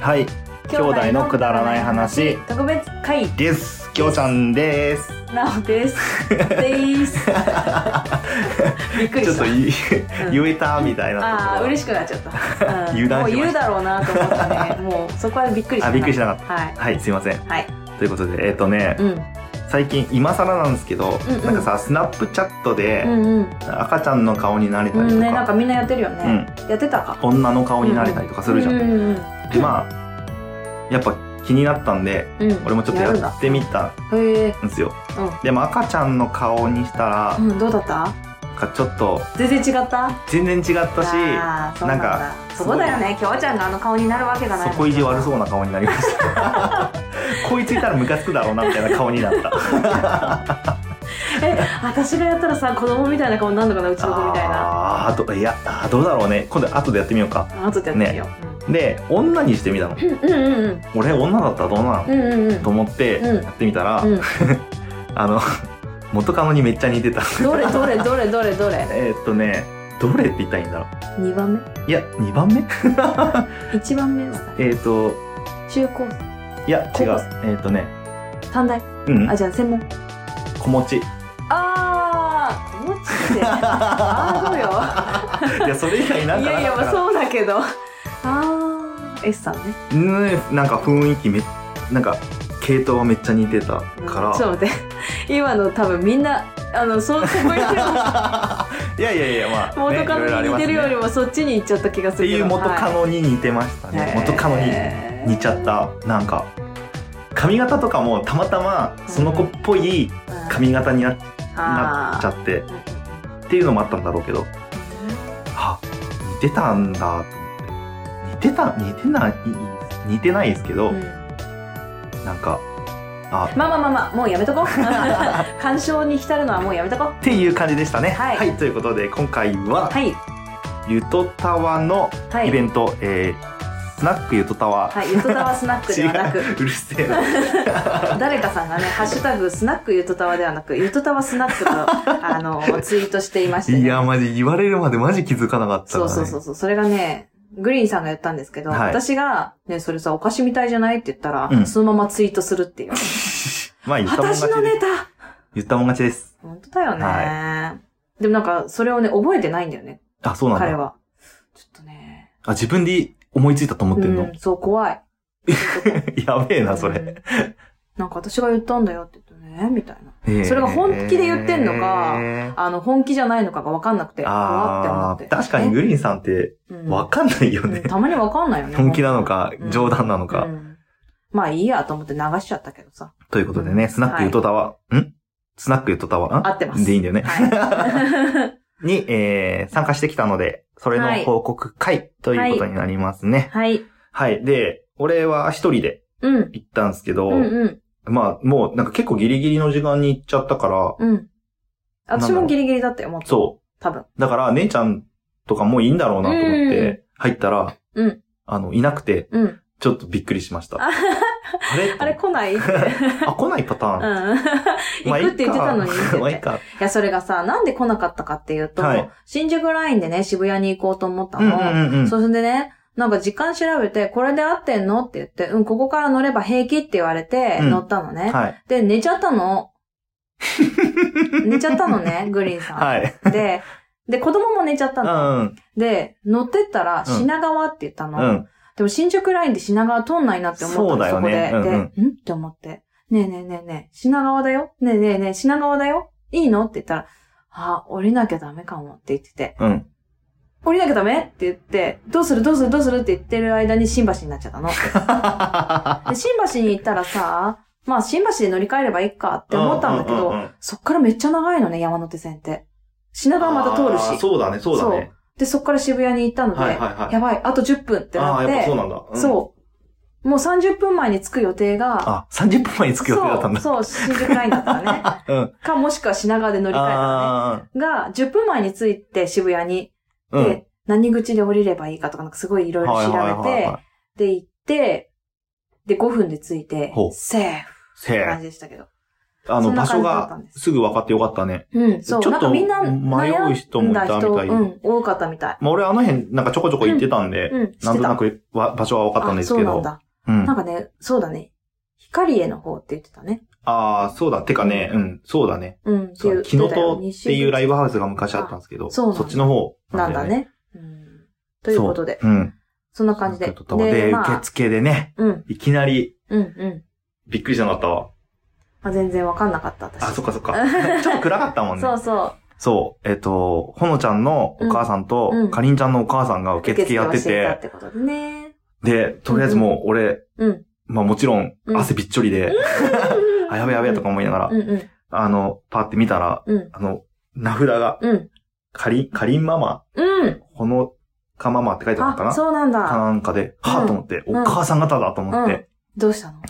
はい兄弟のくだらない話特別会ですきょうちゃんですなおです。です びっくりちょしっとた。言い うん言えたみたいなああところ嬉しくなっちゃった。うん油断もうしました言うだろうなと思ったね。もうそこはびっくりした。あびっくりしななかっかった。はいたはいすいませんはい。ということでえっ、とねうん最近今更なんですけど、うんうんなんかさスナップチャットで、うん赤ちゃんの顔になれうたん。りとうんか,、ねなんかみんなやってるよね。やってたか。女の顔になれたりとかするじゃん、うんうんでまあやっぱ気になったんでうんうん。俺もちょっとやるんだ。ってみたへえ。んですようんでも赤ちゃんの顔にしたら、うんどうだった？なんかちょっと全然違った？全然違ったしあーそうなんだなんかそこだよね。きょうちゃんがあの顔になるわけがない。底意地悪う。そうな顔になりました こいついたらムカつくだろうなみたいな顔になったえ私がやったらさ子供みたいな顔になるのかなうちの子みたいな。あーあといやあーどうだろうね今度後でやってみようかあとでやってみよで女にしてみたのう。うんうんうん俺女だったらどうなの、うんうんうんと思ってうんやってみたら、うん。あの 元カノにめっちゃ似てたどれどれどれどれどれえーっとねどれって言ったらいいんだろ2番目ういや2番目1番目ですかえーっと中高いや違う高校えーっとね短大うんあじゃあ専門子持ちいあー友達であ やそれ以外ーなんどうよいかやいなやかったまあらそうだけどあー S さんねうんなんか雰囲気めなんか系統はめっちゃ似てたうんからちょっと待って今の多分みんなあのそうそこ行ってる いやいやいやまあ、 ね、元カいろいろあノりますに似てるよりねもそっちに行っちゃった気がっすてるけいどう元カはノに似てましたいね、元カノにへー似ちゃったなんか髪型とかもたまたまその子っぽいうん髪型になっなあっちーゃってっていうのもあったんだろうけどあ似てたんだと思って似てた似てない似てないですけど、うんうんなんかあまあまあまあまあもうやめとこう 干渉に浸るのはもうやめとこうっていう感じでしたね。はいということで今回は、はいゆとたわのはいイベント、えースナックゆとたわ、はい、ゆとたわスナックではなく、 違ううるせえな誰かさんがね、ハッシュタグスナックゆとたわではなく、ゆとたわスナック と、あの、ツイートしていまして、ね。いやマジ言われるまでマジ気づかなかったそうそうそうそう、それがね、グリーンさんが言ったんですけど、はい私が、ね、それさ、お菓子みたいじゃないって言ったら、うんそのままツイートするっていう。う まあ言ったもん私勝のちですネタ言ったもん勝ちです本当だよね、はでもなんか、それをね、覚えてないんだよね、あそうなん彼だは。ちょっとね、あ自分で思いついたと思ってんの、うん、そう、怖 い。やべえなそれ、うん なんか私が言ったんだよって言ってね、みたいな。えーそれが本気で言ってんのかえーあの、本気じゃないのかが分かんなくて、あ怖っーて思って。確かにグリーンさんってえ、うんわかんないよねうん、たまに分かんないよね。本気なのかうん冗談なの本当か、うんまあいいやと思って流しちゃったけどさ。ということでね、スナックゆとたわ、んスナックゆとたわん合ってますでいいんだよね。はい。に、えー参加してきたので、それの報告会ということになりますね。はい。はい。で、俺は一人でうん。行ったんですけど、うんうん。まあ、もうなんか結構ギリギリの時間に行っちゃったから、うん。私なんだろもうギリギリだったよ、もっと。そ多分。う。だから、姉ちゃんとかもういいんだろうなと思っうて、入ったら、うんあの、いなくて、うん。ちょっとびっくりしました。ああれあれ来 ないって。あ、来ないパターうン。ん。行くって言ってたのに。って言ってまあいいか。いや、それがさ、なんで来なかったかっていうと、はい新宿ラインでね、渋谷に行こうと思ったうんの。うんうん。それでね、なんか時間調べて、これで合ってんのって言って、うん、ここから乗れば平気って言われて、うん乗ったのね。はい。で、寝ちゃったの。 寝ちゃったのね、グリーンさん。はい。で、で、子供も寝ちゃったうの。んうん。で、乗ってったら、うん品川って言ったの。うん。でも新宿ラインで品川通んないなって思ったのそうだよねそこで。で、うんんって思って。ねえねえねえねえ、品川だよねえねえねえ、品川だよいいのって言ったら、あ、降りなきゃダメかもって言 ってて。うん。降りなきゃダメって言って、どうするどうするどうするって言ってる間に新橋になっちゃった の。で、新橋に行ったらさ、まあ新橋で乗り換えればいいかって思ったんだけうううど、うんそっからめっちゃ長いのね、山手線って。品川また通るあーし。そうだね、そうだね。で、そっから渋谷に行ったので、はいはいはい。やばい、あと10分ってあなあっー、やっぱてそう、なんだ。うんそう。もう30分前に着く予定が、あ、30分前に着く予定だったんだ。そう、そう、新宿ラインだったらね。 うん。か、もしくは品川で乗り換えたらね。あが、10分前に着いて渋谷に。あー、うん。で、何口で降りればいいかとか、なんかすごいいろいろはい調はいはいべては、い。で、行って、で、5分で着いてほ、うセーフっせてー感じでしたけど。あの、そんな場感所じだったがんですすぐ分かってよかったね。うん、そう。ちょっなんとかみんな悩迷うん人もいたみただい人、うん、多かったみたい。まあ俺あの辺なんかちょこちょこ行ってたんで、うん、してなんとなた。くわ場所は分かったんですけあそど。うなんだ。うんなんかね、そうだね。光栄の方って言ってたね。ああ、そうだ。てかね、うん、そうだね。うん、ってそいうう。木の戸言っていうライブブハウスが昔あったんですけど、あそうなんだっちの方なんだよ。ね。うんということで、うん。そんな感じでということ。で、ま受あ、付でね、うん、いきなり、うん、うん。びっくりじゃなかったわ。まあ、全然わかんなかった、私。あ、そっかそっか。ちょっと暗かったもんね。そうそう。そう。えっ、と、ほのちゃんのお母さんと、うんうんかりんちゃんのお母さんが受付やって、受付をしていたっててことでね。で、とりあえずもう俺、うん。まあもちろんうん汗びっちょりで、 あ、やべやべとか思いながら、うんうん。あの、パって見たら、うん。あの、名札が、うん。かりん、かりんママ、うん。ほのかママって書いてあったのかあ、なそうなんかだ。なんかで、はうぁんと思って、うんお母さん方だと思って、どうしたの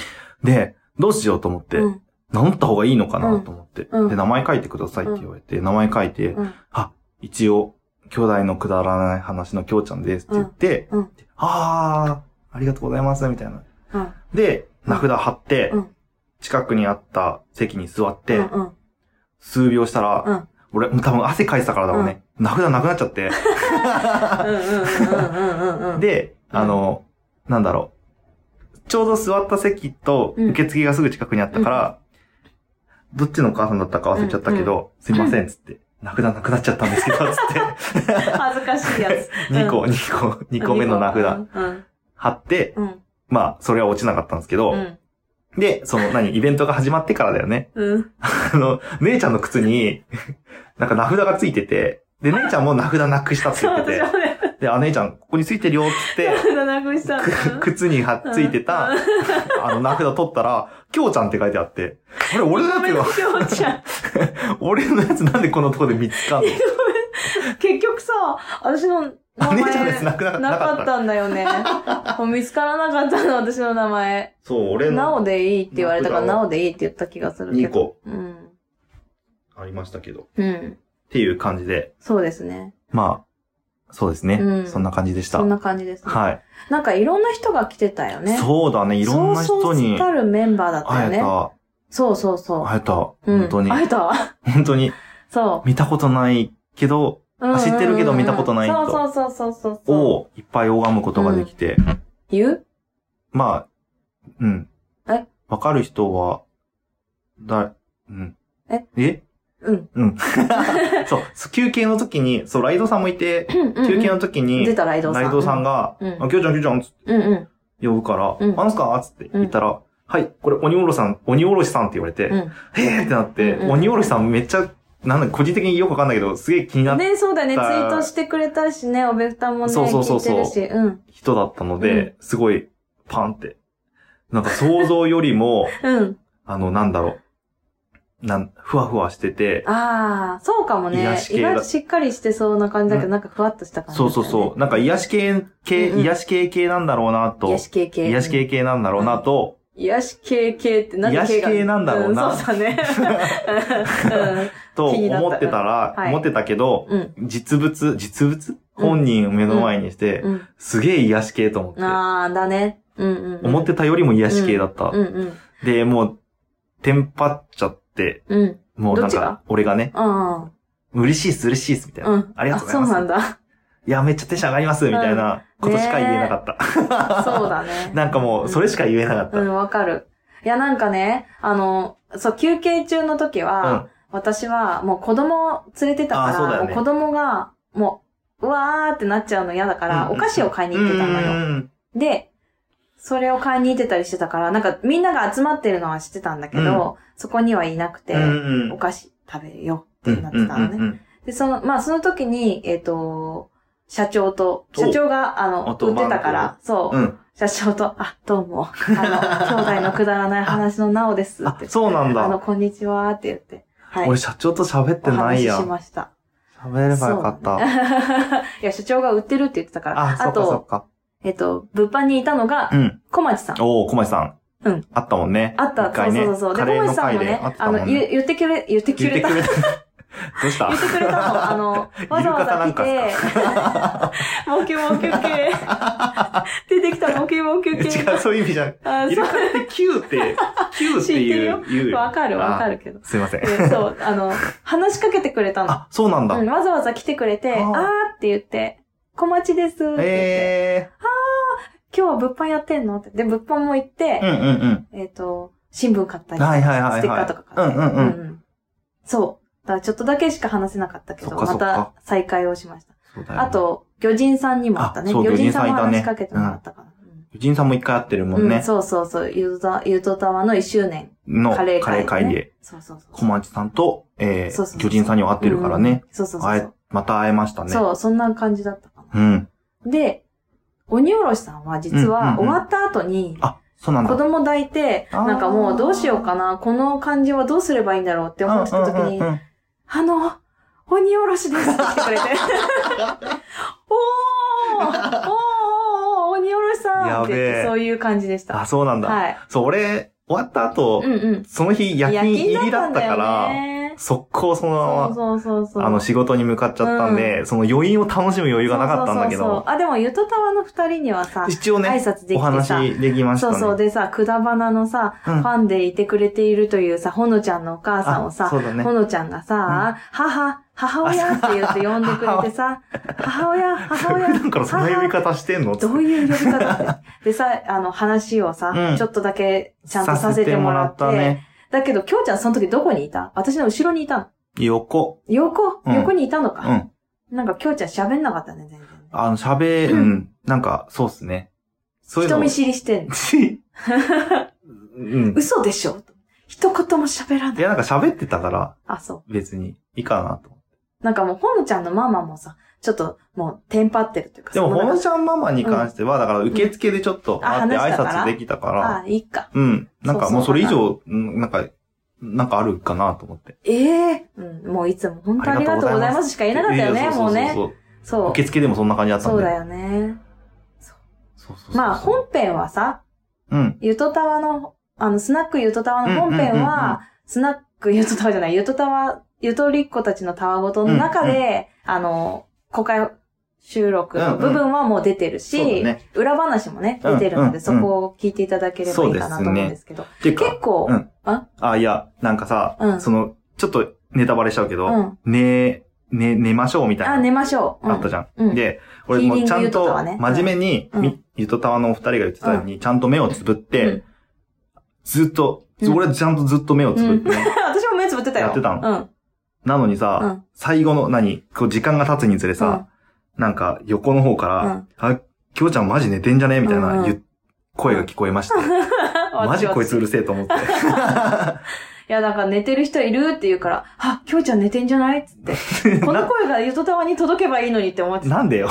で、どうしようと思って、うん。名乗った方がいいのかなと思って、うんで、名前書いてくださいって言われて、名前書いて、うんあ、一応、兄弟のくだらない話のきょうちゃんですって言って、うんうんあー、ありがとうございます、みたいな。うん。で、名札貼って、うん近くにあった席に座って、うんうん。数秒したら、うん俺、もう多分汗かいてたからだろうね。名札なくなっちゃ って。うんうんうんうんうんうん。、で、うんあの、なんだろう。ちょうど座った席とうん受付がすぐ近くにあったから、どっちのお母さんだったか忘れちゃったけど、すいません、つって。名札なくなっちゃったんですけど、つって。恥ずかしいや つ。 2個、2個、2個目の名札札。うん。貼って、うん。まあ、それは落ちなかったんですけど、うん。で、その何、イベントが始まってからだよね。 うん。あの、姉ちゃんの靴に、 なんか名札がついてて、で、姉ちゃんも名札なくしたってそう、言って私もね、て、で、あ、姉ちゃん、ここについてるよって言っなくしたんだ。て、く靴にはっついてた、うんあの、名札取ったら、きょうちゃんって書いてあって、あれ、俺のやつよ、ごめん、ちゃん。俺のやつなんでこんなとこで見つ かんの結局さ、私の名あ姉ちゃんのや前つなくなかった。なかったんだよね。もう見つからなかったの、私の名前。そう、俺なのおでいいって言われたから、ななおでいいって言った気がするけ2ど。個うん。ありましたけど、っうん。ていう感じで、そうですね。まあ、そうですね。うんそんな感じでした。そんな感じですね。はい、なんかいろんな人が来てたよね。そうだね、いろんな人そうそうにたるメンバーだったよ会えね。た、そうそうそう。会えた、うん本当に、会えた 本当に、そ見たことないけど、う。うんうんうんうん知ってるけど見たことない人そうそうそうそうそうそう。をいっぱい拝むことができて、言うまあ、うん。えわかる人は、だ、うん。ええうん。そう、休憩の時に、そう、ライドさんもいて、休休憩の時に、出たライドさん。ライドさんが、うんうんあ、きょうちゃんきょうちゃんっつってうんうん。呼ぶから、うんあんすかっつって言ったら、はい、これ鬼おろしさん、鬼おろしさんって言われて、うんへーってなって、うんうん鬼おろしさんめっちゃ、なんだ、個人的によくわかんないけど、すげえ気になったね、そうだね。ツイだートしてくれたしね、おべくたもね、そうそうそう聞いそうてるし。うん。人だったので、すごい、パンって。なんか想像よりも、うん。あの、なんだろう、なん、ふわふわしてて、ああ、そうかもね癒し。系だ意外としっかりしてそうな感じだけど、なんかふわっとした感じだそっうたそようね。そう、なんか癒し系、系、うんうん癒し系系なんだろうなと、癒し系系。癒し系系なんだろうなと、癒し系系って何癒し系なんだろうなそう だね。と気になった思ってたら、はい思ってたけど、うん。実物、実物本人を目の前にして、うん。すげえ癒し系と思ってうん。。ああ、だね。うんうんうん。思ってたよりも癒し系だった。うんうん。で、もう、テンパっちゃって、うん。もうなどんっちがか、俺がね、あ嬉しいっす、嬉しいっす、みたいあ。うな。ん。ありがとうございますあそうなん だ。いや、めっちゃテンション上がります、みたいなことしか言えなかった。そうだね。 なんかもう、それしか言えなかった。ううん。ん、わかる。いや、なんかね、あの、そう、休憩中の時は、私はもう子供を連れてたかあそうだら、よねもう子供が、もう、うわーってなっちゃうの嫌だから、うんうんお菓子を買いに行ってたのよ。うんで、それを買いに行ってたりしてたから、なんかみんなが集まってるのは知ってたんだけど、そこにはいなくて、うんお菓子食べよううんってなってたのうんねう。んで、その、まあ、その時に、えっ、と、社長と、お社長が、ああの、と売ってたから、そう、うん。うん社長と、あ、どうも、あの、兄弟のくだらない話のなおですっあて、。そうなんあの、だ。こんにちはって言って、はい。俺、社長と喋ってないやお話しし。ました。喋ればよかった。 いや、社長が売ってるって言ってたから。あ、そっかそっと、か。えっ、と、物販にいたのがう、ん。小町さん。おー、小町さん。うん。あったもんね。あった、一回ねそうそうそうそカう。で、小レー町のさん回もでねあっ、てたあもんの、言ね。言ってくれ、言ってくれた。た。 どうした言ってくれたの。あの、わざわざ来イルて、モキモキ 系。出てきたモキモキえ系 違う、。そういう意味じゃん。あイそルカってキ ューって、キューっていう、言うう、よわかるわか。るけどあ。すいません。でそう、あの、話しかけてくれたの。 あ、そうなんだう。ん、わざわざ来てくれて、ああーーって言って、小町ですって言って、え今日は物販やってんのって。で、物販も行ってえー。う、んうんうん。えっ、と、新聞買ったり、はいはいはいはいステッカーとか買ったうり。んうんうんそう。だからちょっとだけしか話せなかったけど、そっかそっまかた再会をしました。そうだよねあ、と、魚人さんにもあったね。あそう魚人さ魚人さんもんいたね話しかけてもらったから。うん友人さんも一回会ってるもんうんね。そうそうそう。ゆうとゆうとたわの1周年。のカカレレーー会,、ね、会で、。そうそうそう。小町さんと、えそうそうそー、う巨人さんには会ってるからね。うん。そうそうそう会そえう。、また会えましたね。そう、そんな感じだったかな。うん。で、鬼おろしさんは実はうんうんうん終わった後に、あ、そうなんだ。子供抱いて、あーなんかもうどうしようかな、この感じはどうすればいいんだろうって思ってた時にうんう、んうんあの、鬼おろしですって来てくれて。おーおーおー鬼おろしさんって言っやべて、えそういう感じでした。あ、そうなんだ。はい。そう、俺、終わった後う、んうん。その日夜勤入りだったか夜勤だったんだよら、ね速攻そのまま、そうそうそうそう。あの、仕事に向かっちゃったんで、その余韻を楽しむ余裕がなかったんだけそうそうそうどそ、うあ、でも、ゆとたわの二人にはさ、一応挨ね、拶できておさ。話できましたそうね。そう。でさ、くだばなのさ、うフんァンでいてくれているというさ、ほのちゃんのお母さんをあさ、そうだねほ。のちゃんがさ、母、母親って言って呼んでくれてさ、母親、母親。 普段からその呼び方してんのどういう呼び方って。でさ、あの、話をさ、うんちょっとだけちゃんとさせてもらって。させね。だけど、きょうちゃんその時どこにいた私の後ろにいたの。横。横、うん横にいたのうか。ん。なんかきょうちゃん喋んなかったね、全然。あの、喋、ううんん。なんか、そうっすね。そういうの。人見知りしてんの。うん。 嘘でしょ一言も喋らいない。や、なんか喋ってたから、あ、そう。別に、いいかなと。なんかもう、ほのちゃんのママもさ、ちょっと、もう、テンパってるというかでも、そのほなのんかちゃんママに関しては、だから、受付でちょっと、ああって話し挨たから拶できたから、あ、いいか。うん。なんか、そもううそそうれ以上、うんなんか、なんかあるかなと思って。ええうん、もういつも本当あありりががととううごござざいいますしか言えなかったよね、えーもうね。そうそうそうそう受。付でもそんな感じだったんそで。うだよね。そうそうそうまあ、本編はさ、うん。ゆとたわの、あの、スナックゆとたわの本う編んうんうんうんは、スナックゆとたわじゃない、ゆとたわ、ゆとりっ子たちのたわごとの中で、あの、公開収録の部分はもう出てうるんうんし、そうだね裏話もね、出てるので、うんそこを聞いていただければいいかなと思うんですけど、ていう結か、構、うんあ、いや、なんかさ、うんその、ちょっとネタバレしちゃうけど、うん寝、寝、寝ましょうみたいな。あ、寝ましょう。うんあったじゃん。うんで、俺もうちゃんヒーリングユートタとワーね真面目に、うんみゆとたわのお二人が言ってたように、ちゃんと目をつぶっうてん、ずっと、ずうん俺はちゃんとずっと目をつぶってね。 私も目つぶってたよ。やってたのなのにうさん、最後の、何、こう時間が経つにつれさ、なんか横の方かうらん、あ、きょうちゃんマジ寝てんじゃねみたいうんうんな言う声が聞こえまして、うん。 マジこいつういるせえと思って。や、なんか寝てる人いるって言うから、あ、きょうちゃん寝てんじゃないっ つって。 この声がゆとたわに届けばいいのにって思ってたなんでよ。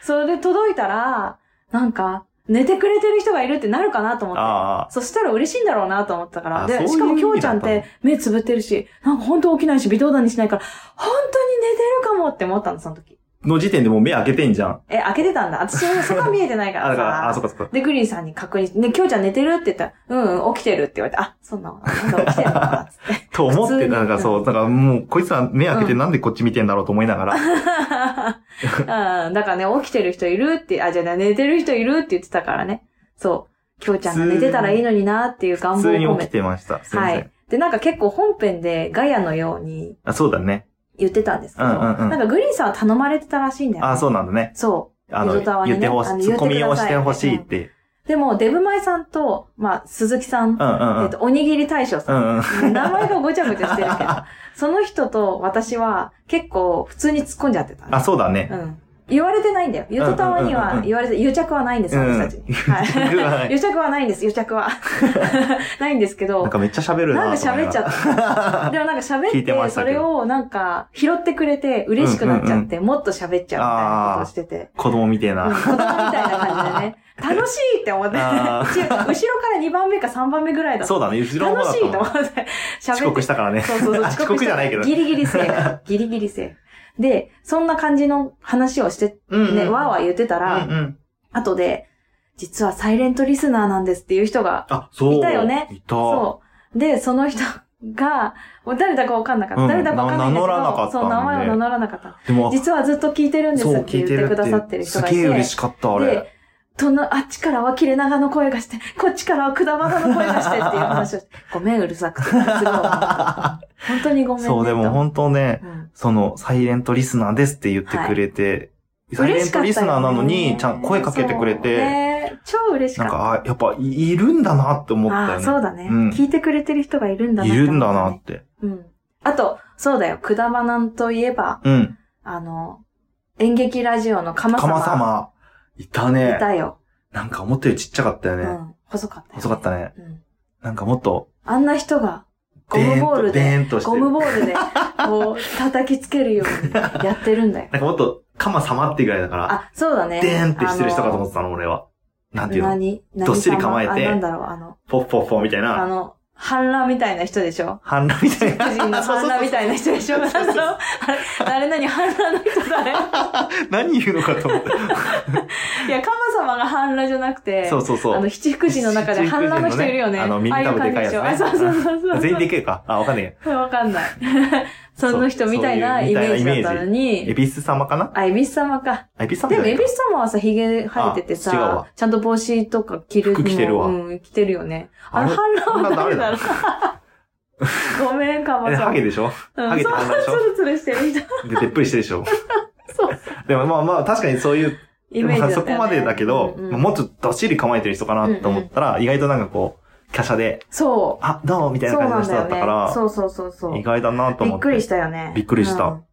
それで届いたら、なんか、寝てくれてる人がいるってなるかなと思って。ああ。そしたら嬉しいんだろうなと思ったから。あでそういうしかも、きょうちゃんっ意味だてった目つぶってるし、なんか本当起きないし、微動だにしないから、本当に寝てるかもって思ったの、その時。の時点でもう目開けてんじゃん。え、開けてたんだ。私もそこは見えてないか あ、だらから、さ。あ、そっかそっか。で、グリーンさんに確認して、ね、きょうちゃん寝てるって言ったら、うん、うん、起きてるって言われて、あ、そんなの、なんか起きてるのかな、つって。と思っ普通て、になんかそう、だからもう、こいつら目開けてうんなんでこっち見てんだろうと思いながら、うん、だからね、起きてる人いるって、あ、じゃあ寝てる人いるって言ってたからね。そう。きょうちゃんが寝てたらいいのになっていう願普望を通に込起めきてました。すいまはせん。い。で、なんか結構本編でガヤのようにあ、そうだね。言ってたんですけど、うんうんうんなんかグリーンさんは頼まれてたらしいんだよ、ね。あ、そうなんだね。そあゆの、とたわにね言ってほしあのい、ツッコミ言ってくをだしさいてほしいって。う。でも、デブマイさんと、まあ、鈴木さん、うんうんうん。えっと、おにぎり大将うさん。んうん。名前がごちゃごちゃしてる けど、その人と私は結構普通に突っ込んじゃってた、あ、そうだね。うん。言われてないんだよ。ゆとたわにうんうんうんはうん言われて、癒着はないんです、私たち に。はない。癒着はないんです、癒着 は。ないんですけどん、かめっちゃ喋るななんか喋っちゃっった。でもなんか喋聞っいてまて、しそたけれどをなんか拾ってくれて嬉しくなっちゃって、もっと喋っちゃうみたいなことをしてて。子供みてえうん、子な。供みたいな感じで ね。楽しいって思って、あうち後ろから2番目か3番目ぐらいだった。 そうだね、後ろの方だ楽しいとと思思う。って、遅喋っ刻て。したからね。そうそうそ う、遅刻じゃないけどギリギリセーフ。ギリギリセーフ。で、そんな感じの話をして、うんうんね、わーわー言ってたうらん、うん後で、実はサイレントリスナーなんですっていう人があ、そう。いたよねいた。そう。で、その人が、もう誰だかわかんなかった。うん誰だかわかんないんだけど。名乗らなかったんそでう、名前を名乗らなかった。でも、実はずっと聞いてるんですそう、って聞言いってるてって。くださってる人すがいげえ嬉てし。かった、あれ。で、との、あっちからは切れ長の声がして、こっちからはくだばなの声がしてっていう話を して、ごめん、うるさくて。すごい思った。本当にごめんねと。そう、でも本当ね、うんその、サイレントリスナーですって言ってくれて、サイレ嬉ンしトかったよねリスナーなのに、ちゃんと声かけてくれそうて、ね超嬉しかなっんた。か、あ、やっぱ、いいるんだなって思ったあよあ、ね。そうだね、うん聞いてくれてる人がいるんだな、いるんだなっ。て。うん。あと、そうだよ、くだばなんといえば、うん。あの、演劇ラジオのかまかさま。まさま、いたねい。たよ。なんか思ったよりちっちゃかったようね。ん。細かったよ、細かったね。うん。なんかもっと、あんな人が、ゴでムーボーんルと、でで、ーんとしてゴる。。ムボールで、こう、叩きつけるようにやってるんだよ なんかもっと、かまさまってぐらいだから、あ、そうだね。でーんってしてる人かと思っってたの、俺は。なたんていうの何何どっしり構えて様あなんだろう、あの、ポッポッポみたいあな、の、反乱みたいな人で しょ反乱みたい主人のな。反乱みたいな人でしょ そうなんそうそうだろうあれ、あれ何反乱の人誰何言うのかと思 って。いや、カマ様が反乱じゃなくて、そうそうあその、う。七福神の中で反乱の人いるよね。あの耳たぶでかいやつねああいう感じでしょあ、そうそうそうそう。全員でけえか。あ、わかんない。わかん ない。その人みたいなそうイメージだったのエに、ビス様かなあ、エビス様か。あエビス様でじゃもないエかビス様はさ、髭生えあ違ててうさわ、ちゃんと帽子とか着るの服着てるわうん、着てるよね。あれあれ反乱は誰だろうごめん、かまえさん。ハゲでしょうんハゲて反乱でしょそう、ツルツルしてる人。で、でっぷりしてるでしょそうでもまあまあ、確かにそういう、イメージだったそよねこまでだけど、うんうんまあもうちょっとどっしり構えてる人かなと思ったら、意外となんかこう、華奢で、そう。あ、どうみたいなそう感じなの人だんだよったねか。ら、そうそうそうそう。意外だなとび思っっくて。りしたよね。びっくりしたうん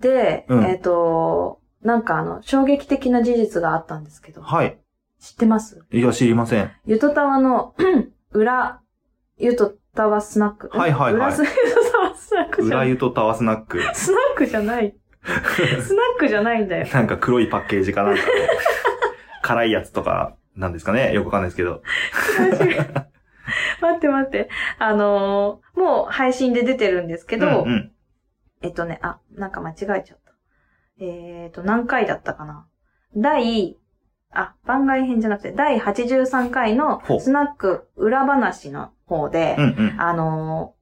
で、うんえっ、と、なんかあの、衝撃的な事実があったんですけど、はい。知ってますいや、知りません。ゆとたわの、 裏、ゆとたわスナック。はいはいはい裏す、ゆ とたわスナックじゃ裏ない。湯とタワースナッ ク。スナックじゃない。スナックじゃないんだよ。なんか黒いパッケージかなんかで、辛いやつとか、なんですかねよくわかんないですけど。違う 違う待って待って。あのーもう配信で出てるんですけど、うんうん、えっとね、あ、なんか間違えちゃった。えっ、と、何回だったかな第、あ、番外編じゃなくて、第83回のほうスナック裏話の方で、うんうん。あの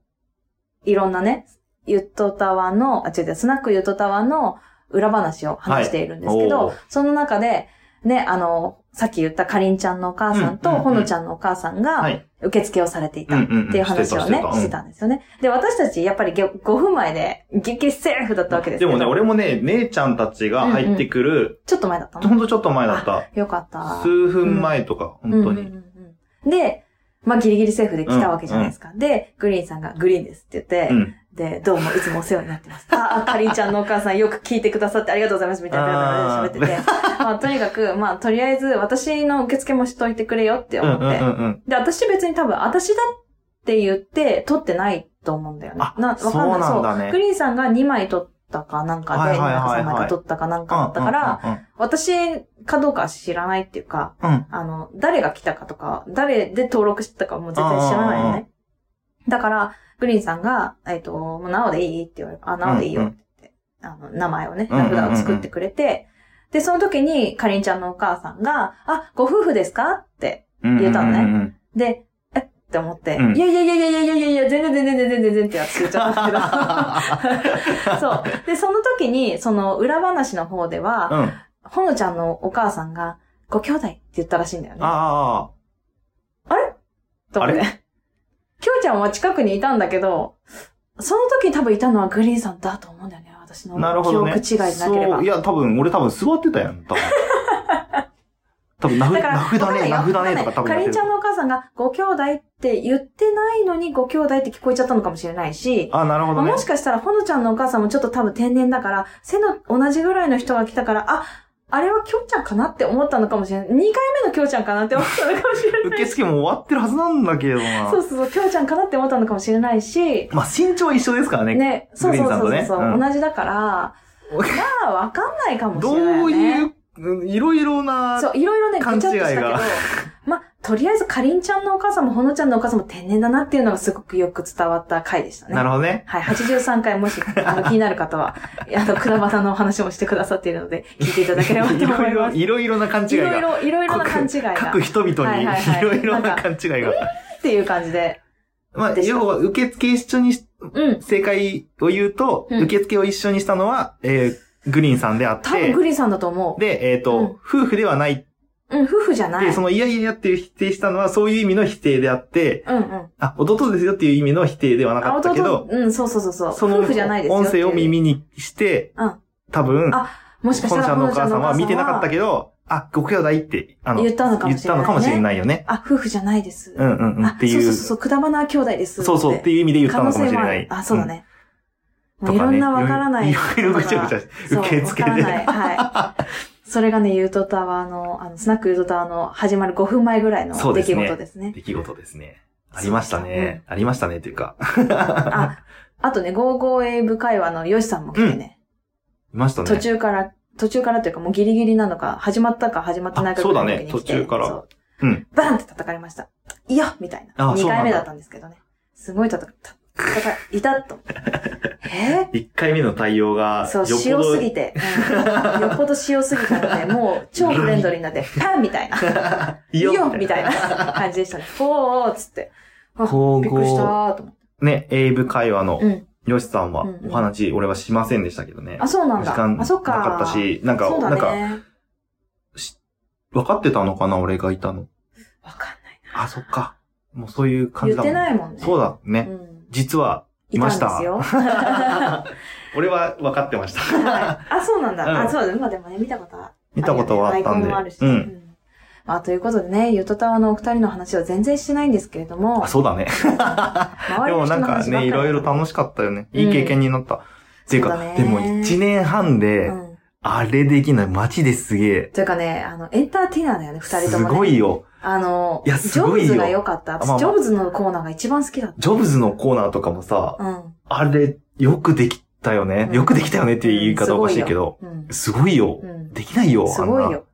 ーいろんなね、ゆとたわの、あ、違う違う、スナックゆとたわの裏話を話しているんですけど、はいおーその中で、ね、あのーさっき言ったかりんちゃんのお母さんと、うんうんうんほのちゃんのお母さんはが、い。受付をされていたうんうんうんっていう話をしてたしてねた、うんしてたんですよね。で、私たち、やっぱりぎょ5分前で、激セーフだったわけですけでもど。ね、俺もね、姉ちゃんたちが入ってくる、ちょっと前だったほのんとちょっと前だった。よかった。数分前とか、本当うんうんに。うんうんで、まあ、ギリギリセーフで来たわけじゃないですか。で、グリーンさんが、グリーンですって言って、うん。で、どうもいつもお世話になってます。あ、あかりんちゃんのお母さんよく聞いてくださってありがとうございますみたいなあ感ーじで喋ってて。まあ、とにかく、まあ、とりあえず私の受付もしといてくれよってうん思っうんうて。んうん。で、私別に多分、私だって言って撮ってないと思うんだよねあ。な、わそうかんない。なんだそう。グね。リーンさんが2枚撮ったかなんかはで、いはいはいはいなんか3枚か撮ったかなんかだったから、私かどうかは知らないっていうか、うんうんうん、うん。あの、誰が来たかとか、誰で登録してたかも絶対知らないようんうんね。だから、グリーンさんが、えっと、もう、なおでいいって言われる。あ、なおでいいよって言って、あの、名前をね、うんうん名うんうん札を作ってくれて、で、その時に、かりんちゃんのお母さんが、あ、ご夫婦ですかって、うん言えたのねうん うんうんで、えって思って、うんいやいやいやいやいやいやいやいや、全然全然全然全然ってやって言っちゃったんだけど。そう。で、その時に、その裏話の方では、うん。ほのちゃんのお母さんが、ご兄弟って言ったらしいんだよね。あと思ってあ。きょうちゃんは近くにいたんだけど、その時に多分いたのはグリーンさんだと思うんだよね。私のあ、なるほ記ど憶ね。違いでなければ。そういや、多分、俺多分座ってたやん、 多分。多分、名だ札から、名札ね、名札ね、とか多分かやってりんるちゃんのお母さんが、ご兄弟って言ってないのに、ご兄弟って聞こえちゃったのかもしれないし、あ、なるほまどあねも。しかしたら、ほのちゃんのお母さんもちょっと多分天然だから、背の同じぐらいの人が来たから、あ、あれはきょうちゃんかなって思ったのかもしれない。2回目のきょうちゃんかなって思ったのか もしれない。受付も終わってるはずなんだけどなそう。そうそう、きょうちゃんかなって思ったのかもしれないし、まあ、身長は一緒ですからね。ね、そうそうそうそうそう、グリーンさんとねうん同じ だから、まあ、わかんないかもしどれない、うね。いう、うんいろいろな、そう、いろいろね、勘違ぐいちゃがっとしたけど、まあ、とりあえず、かりんちゃんのお母さんも、ほのちゃんのお母さんも天然だなっていうのがすごくよく伝わった回でしたね。なるほどね。はい、83回もし、あの、気になる 方は、あの、くだばたのお話もしてくださっているので、聞いていただければと思います。い ろいろ、いろいろな勘違いいろが。いろ、いろいろな勘違いが。各人々はいにはいはいいろいろな勘違いが。っていう感じで、まあ、でした要は、受付一緒にし、うん。正解を言うと、うん受付を一緒にしたのは、えー、グリーンさんであっ多分てグ、リーンさんだと思で、えっ、と、うん夫婦ではないって、う。うん、夫婦じゃない。その、いやいやいやっていう否定したのは、そういう意味の否定であって、うんうん。あ、弟ですよっていう意味の否定ではなかったけど、うん、そうそうそうそう。その夫婦じゃないですよ。音声を。耳にして、うん多分、あもしかしたら、本社のお母さんは見てなかったど。けど、あ、ご兄弟って、あの、言ったのかもしれないね言ったのかもしれないよね。あ、夫婦じゃないです。うんうんうんあ、っていう。そうそうそう、くだばな兄弟です。そうそうっていう意味で言ったのかもしれない。あ、そうだん。ね。もとういかろねんなわからない。いろいろぐちゃぐちゃしてそう受付でわからない。はい。それがね、ユートタワーの、あの、スナックユートタワーの始まる5分前ぐらいのそう出です来ね事です ね。出来事ですね。ありましたね。ありましたね、というか。あ、あとね、55英部会話のヨシさんも来てね、いましたね。途中から、途中からというかもうギリギリなのか、始まったか始まってないかぐらいの時に来てあそうだね途中からそううんバンって叩かれました。いやみたいな。あそ2うなんだ回目だったんですけどね。すごい叩かれた。いた と。え一回目の対応が、そう、よっぽ塩どすぎて。うんよっぽど塩すぎたので、もう超フレンドリーに なって、パンみたいな。 いいよみたいな。感じでしたね。おーっつって。あ高びっくりした校、ーと思って。ね、エイブ会話のうん。よしさんはうんうんお話、俺はしませんでしたけどね。あ、そうなん時だ。間あ、なそっか。かったし、なんか、そうだなんか、ね。分かってたのかな、俺がいたの。わかんないあ、そっか。もうそういうな。感じ言だっもんてないもんね。そうだうね。ん。実 は、いましたいたんですよ。俺は分かってました。 あ、そうなんうんだ。あ、そうだ。まあでもね、見たことは。見たことはあったんアイコで。ンもあるし。う。うんんまあ、ということでね、ゆとたわのお二人の話は全然してないんですけれどもあ、、そうだね。 周でりのもなん人の話ばっかかりだね、いろいろ楽しかったよね。いい経験になった。っていうそうかだ、ねでも1年半でう、んあれできない。マジですげえ。というかね、あの、エンターテイナーだよね、二人すとも、ね。ごい。よ。あの、いやすごいよジョブズが良かった。私、まあまあジョブズのコーナーが一番好きだっジョブズのコーナーとかもさ、た。うん。あれ、よくできたよね。うんよくできたよねっていう言い方おかしいけど。うん。すごいよう。ん。できないよ。すごあんいなよ。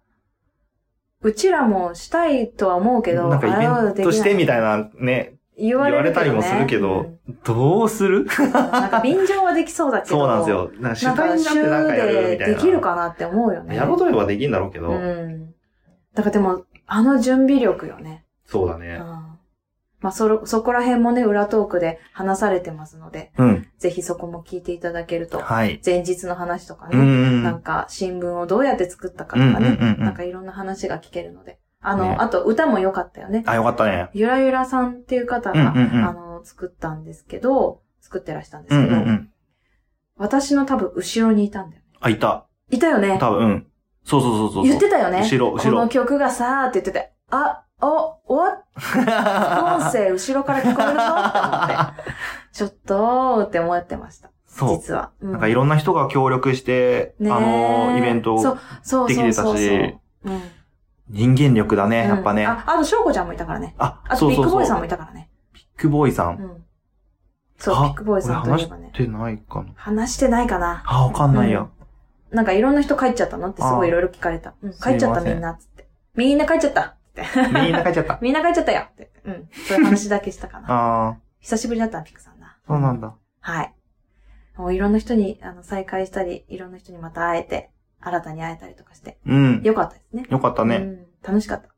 うちらもしたいとは思うけど、なんかあれはイベでンきトないしてみたいなね、言わ言われれたりもするけるど、どうするけどねうんなんか便乗はできそうだけ ど。そうなんです。よ。なんか主体なんかになってなんかやる週みたいででな。きるかなって思うよね。やろうと思えばできるんだろうけど、うん。だからでも、あの準備力よね。そうだうんね。。まあ、そろ、そこら辺もね、裏トークで話されてますので、うん。ぜひそこも聞いていただけると。はい。前日の話とかうんね。うんうなんん。か、新聞をどうやって作ったかうとんうんかうね。んうなんん。かいろんな話が聞けるので。あの、ねあと歌も良かったよね。あ、よかったね。ゆらゆらさんっていう方うんうんが、あうの、作ったんですけど、作ってらしたんですん。うんけうど、んうん。私の多分後ろにいたんだよね。あ、いた。いたよね。多分、うん。そうそうそうそうそう。言ってたよね。後ろ、後このろ。曲がさーって言ってて、あ、お、終わっ音声後ろから聞こえるぞって 思って、ちょっとーって思ってました。そう。実は。うなんかいろんな人が協力して、あねーの、イベントそをう、そうできそうてたそうそう。し、うん人間力だね、やっぱうねん。あ、あと、翔子ちゃんもいたからね。ああ、と、そうビッそうグボそーう。イさんもいたからね。ビッグボーイさんう。ん。そう、ビあッグボーイさんといえばね俺話し。てないかな。話してないかな。あ、わかんないや。なんかいろんな人帰っちゃったのってすごいいろいろ聞かれた。うん、帰っちゃっすいまたせんみんなっつって。みんな帰っちゃったって。 みんな書いちゃった。みんな帰っちゃったよって。うん。そういう話だけしたか な。ああ、久しぶりだったなピクさんな。そうなんだ。はい。もういろんな人にあの再会したり、いろんな人にまた会えて、新たに会えたりとかして、うん。よかったですね。よかったうね。ん、楽しかった。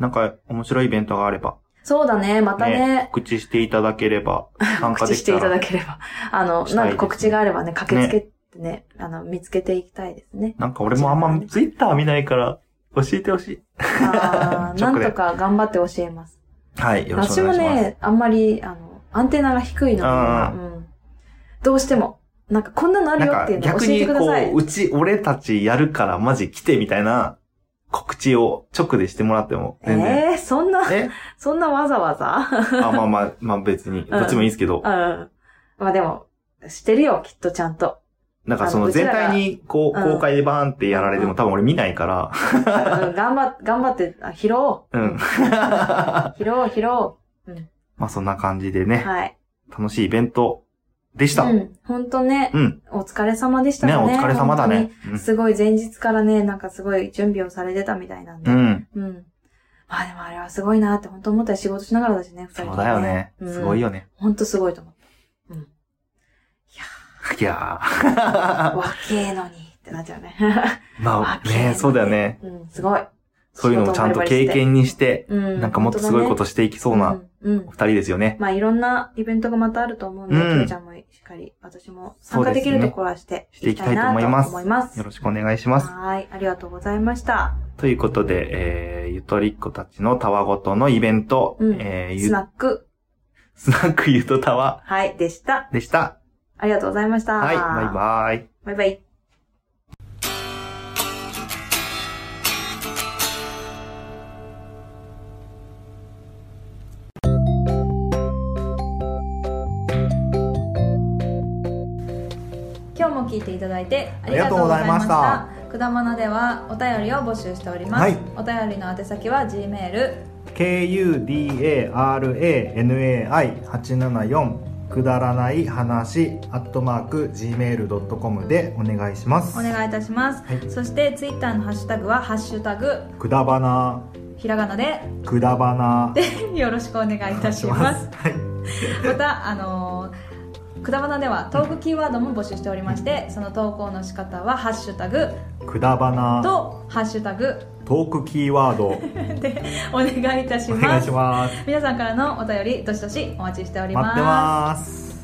なんか、面白いイベントがあれば、そうだね、またね、告知していただければ、参加告で知きしてたいたらだ。ければ。 あの、したなでいすねんか告知があればね、駆けつけてね、あの、見つけていきたいですね 。なんか俺もあんまツイッター見ないから、教えてほしい。あーショなックんでとか頑張って教えます。はい、よろし私くおも願いします。ね、あんまり、あの、アンテナが低いので、あーうんどうしても、なんかこんなのあるよっていうのなんをか逆教えてにくだこさい。う、うち、俺たちやるからマジ来てみたいな告知を直でしてもらっても全然。えー、そんな、えそんなわざわざ あ、まあまあ、まあ別に、どっちもいいですけど、うん。まあでも、してるよ、きっとちゃんと。なんかそのうち全らが体にこう、うん公開でバーンってやられてうもん多分俺見ないから、うん頑張っ、 頑張って、あ拾おう。 うん。拾おう、拾おまあそんな感じでう。ね、はい。楽しいイベントでした。ううん。ん。ほんとね、お疲れ様でしたね。ね、お疲れ様だね。本当に。すごい前日からね、なんかすごい準備をされてたみたいなんうで。ん。うん。まあでもあれはすごいなって本当思ったよ仕事しながらだしね、二人そともうだよ。ね。うんすごいよね。ほんとすごいと思った。うん。いやいやー、ー。 若えのにってなっちゃうね。 まあ、若えのね、にそうだよね。。うん、すごい。そういうのもちゃんと経験にして、うん。なんかもっとすごいこととしていきそうな。うん。うんお二人ですよね。まあいろんなイベントがまたあると思うんで、うんケイちゃんもしっかり私も参加できるところはしてそうですねいきたいなと思います。よろしくお願いします。はい。ありがとうございました。ということで、えー、ゆとりっ子たちのたわごとのイベント、うんえー、ゆスナック、スナックゆとたわはい、でした。でした。ありがとうございました。はい、バイバイ。バイバイ。今日も聞いていただいてありがとうございましたあ。くだまなではお便りを募集しております。はいお便りの宛先は G メール kudaranai874 くだらない話アットマーク gmail.com でお願いしまおす願いいたします。はいそしてツイッターのハッシュタグはハッシュタグくだばなひらがなでくだばなよろしくお願いいたします。はいまたあのーくだばなではトークキーワードも募集しておりましてその投稿の仕方は「ハッシュタグくだば」なと「ハッシュ タグトークキーワード」でお願いいたしお願まいしす ます皆さんからのお便りどしどしお待ちしており待まっすてます